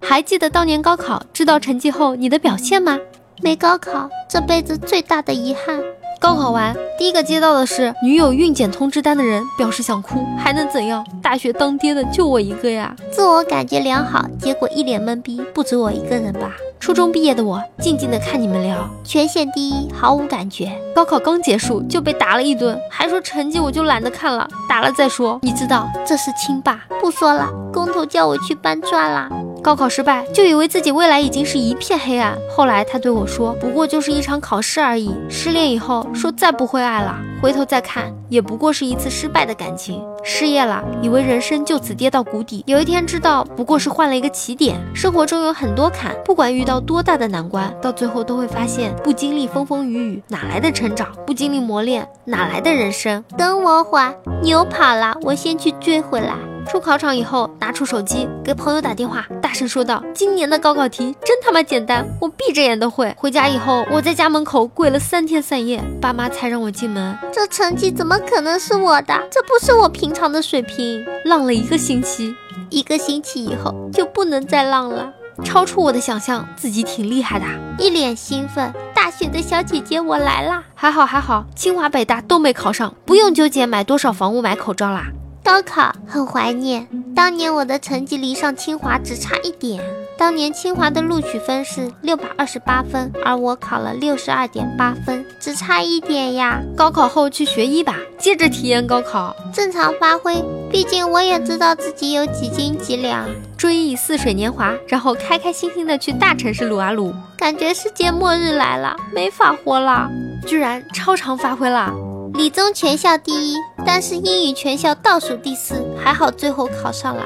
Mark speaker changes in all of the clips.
Speaker 1: 还记得当年高考知道成绩后你的表现吗？
Speaker 2: 没高考，这辈子最大的遗憾。
Speaker 1: 高考完，第一个接到的是女友孕检通知单的人，表示想哭，还能怎样？大学当爹的就我一个呀！
Speaker 2: 自我感觉良好，结果一脸懵逼，不止我一个人吧？
Speaker 1: 初中毕业的我，静静的看你们聊。
Speaker 2: 全县第一，毫无感觉。
Speaker 1: 高考刚结束就被打了一顿，还说成绩我就懒得看了，打了再说。你知道这是亲爸。
Speaker 2: 不说了，工头叫我去搬砖啦。
Speaker 1: 高考失败就以为自己未来已经是一片黑暗，后来他对我说，不过就是一场考试而已。失恋以后说再不会爱了，回头再看也不过是一次失败的感情。失业了，以为人生就此跌到谷底，有一天知道不过是换了一个起点。生活中有很多坎，不管遇到多大的难关，到最后都会发现，不经历风风雨雨哪来的成长？不经历磨练哪来的人生？
Speaker 2: 等我会儿，牛跑了，我先去追回来。
Speaker 1: 出考场以后，拿出手机给朋友打电话，大声说道：“今年的高考题真他妈简单，我闭着眼都会。”回家以后，我在家门口跪了三天三夜，爸妈才让我进门。
Speaker 2: 这成绩怎么可能是我的？这不是我平常的水平。
Speaker 1: 浪了一个星期，
Speaker 2: 一个星期以后就不能再浪了。
Speaker 1: 超出我的想象，自己挺厉害的，啊
Speaker 2: 一脸兴奋。大学的小姐姐，我来啦！
Speaker 1: 还好还好，清华北大都没考上，不用纠结买多少房屋、买口罩啦。
Speaker 2: 高考很怀念，当年我的成绩离上清华只差一点。当年清华的录取分是六百二十八分，而我考了六十二点八分，只差一点呀。
Speaker 1: 高考后去学医吧，接着体验高考，
Speaker 2: 正常发挥。毕竟我也知道自己有几斤几两。
Speaker 1: 追忆似水年华，然后开开心心的去大城市撸啊撸，
Speaker 2: 感觉世界末日来
Speaker 1: 啊
Speaker 2: 了，没法活了，
Speaker 1: 居然超常发挥啦！
Speaker 2: 理综全校第一，但是英语全校倒数第四，还好最后考上啦。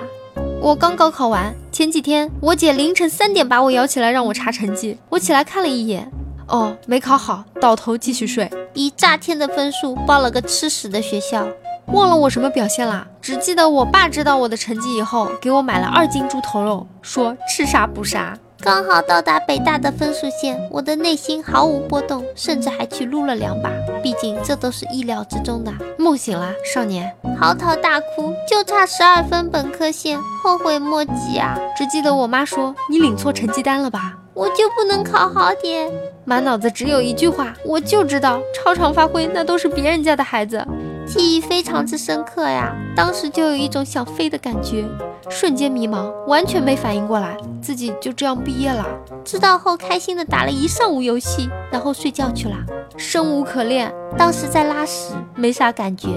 Speaker 1: 我刚高考完，前几天我姐凌晨三点把我摇起来让我查成绩，我起来看了一眼，哦，没考好，倒头继续睡，
Speaker 2: 以炸天的分数报了个吃屎的学校。
Speaker 1: 忘了我什么表现啦，只记得我爸知道我的成绩以后，给我买了二斤猪头肉，说吃啥补啥。
Speaker 2: 刚好到达北大的分数线，我的内心毫无波动，甚至还去撸了两把，毕竟这都是意料之中的。
Speaker 1: 梦醒啦，少年，
Speaker 2: 嚎啕大哭，就差十二分本科线，后悔莫及啊！
Speaker 1: 只记得我妈说你领错成绩单了吧，
Speaker 2: 我就不能考好点。
Speaker 1: 满脑子只有一句话，我就知道超常发挥那都是别人家的孩子。
Speaker 2: 记忆非常之深刻呀，
Speaker 1: 啊
Speaker 2: 当时就有一种想飞的感觉，
Speaker 1: 瞬间迷茫，完全没反应过来，自己就这样毕业了。
Speaker 2: 知道后开心的打了一上午游戏，然后睡觉去了，
Speaker 1: 生无可恋。
Speaker 2: 当时在拉屎，没啥感觉。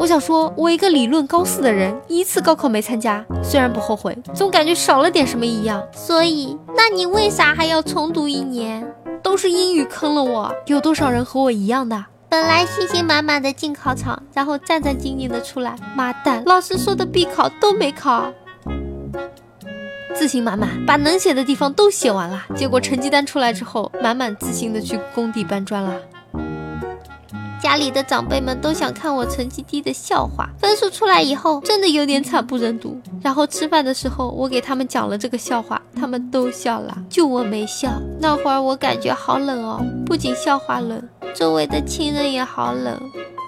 Speaker 1: 我想说，我一个理论高四的人，一次高考没参加，虽然不后悔，总感觉少了点什么一样。
Speaker 2: 所以，那你为啥还要重读一年？
Speaker 1: 都是英语坑了我，有多少人和我一样的？
Speaker 2: 本来信心满满的进考场，然后战战兢兢的出来，妈蛋！老师说的必考都没考，
Speaker 1: 自信满满，把能写的地方都写完了。结果成绩单出来之后，满满自信的去工地搬砖啦。
Speaker 2: 家里的长辈们都想看我成绩低的笑话，分数出来以后真的有点惨不忍睹。然后吃饭的时候，我给他们讲了这个笑话，他们都笑了，就我没笑。那会儿我感觉好冷哦，不仅笑话冷，周围的亲人也好冷。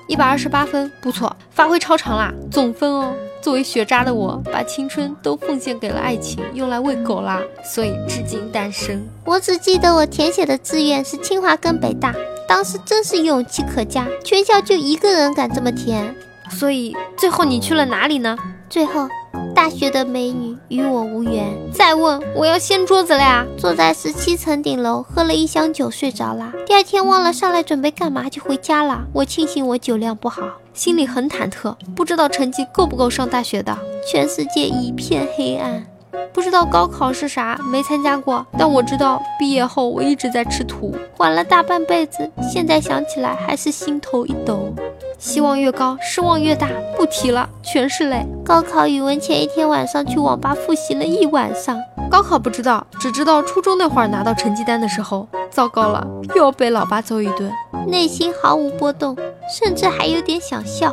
Speaker 1: 一百二十八分，不错，发挥超常啦，总分哦。作为学渣的我，把青春都奉献给了爱情，用来喂狗啦，所以至今单身。
Speaker 2: 我只记得我填写的志愿是清华跟北大。当时真是勇气可嘉，全校就一个人敢这么填，
Speaker 1: 所以最后你去了哪里呢？
Speaker 2: 最后，大学的美女与我无缘。
Speaker 1: 再问我要掀桌子了呀！
Speaker 2: 坐在十七层顶楼，喝了一箱酒睡着啦。第二天忘了上来准备干嘛，就回家了。我庆幸我酒量不好，
Speaker 1: 心里很忐忑，不知道成绩够不够上大学的。
Speaker 2: 全世界一片黑暗。
Speaker 1: 不知道高考是啥，没参加过，但我知道毕业后我一直在吃土，
Speaker 2: 管了大半辈子，现在想起来还是心头一抖。
Speaker 1: 希望越高，失望越大，不提了，全是泪。
Speaker 2: 高考语文前一天晚上去网吧复习了一晚上。
Speaker 1: 高考不知道，只知道初中那会儿拿到成绩单的时候，糟糕了，又被老爸揍一顿，
Speaker 2: 内心毫无波动，甚至还有点想笑。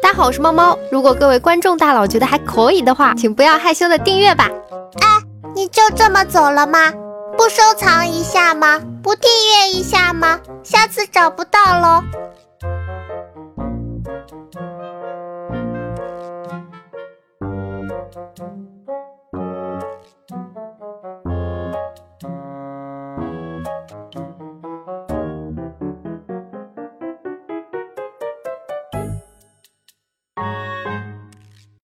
Speaker 3: 大家好，我是猫猫。如果各位观众大佬觉得还可以的话，请不要害羞的订阅吧。
Speaker 4: 哎，你就这么走了吗？不收藏一下吗？不订阅一下吗？下次找不到喽。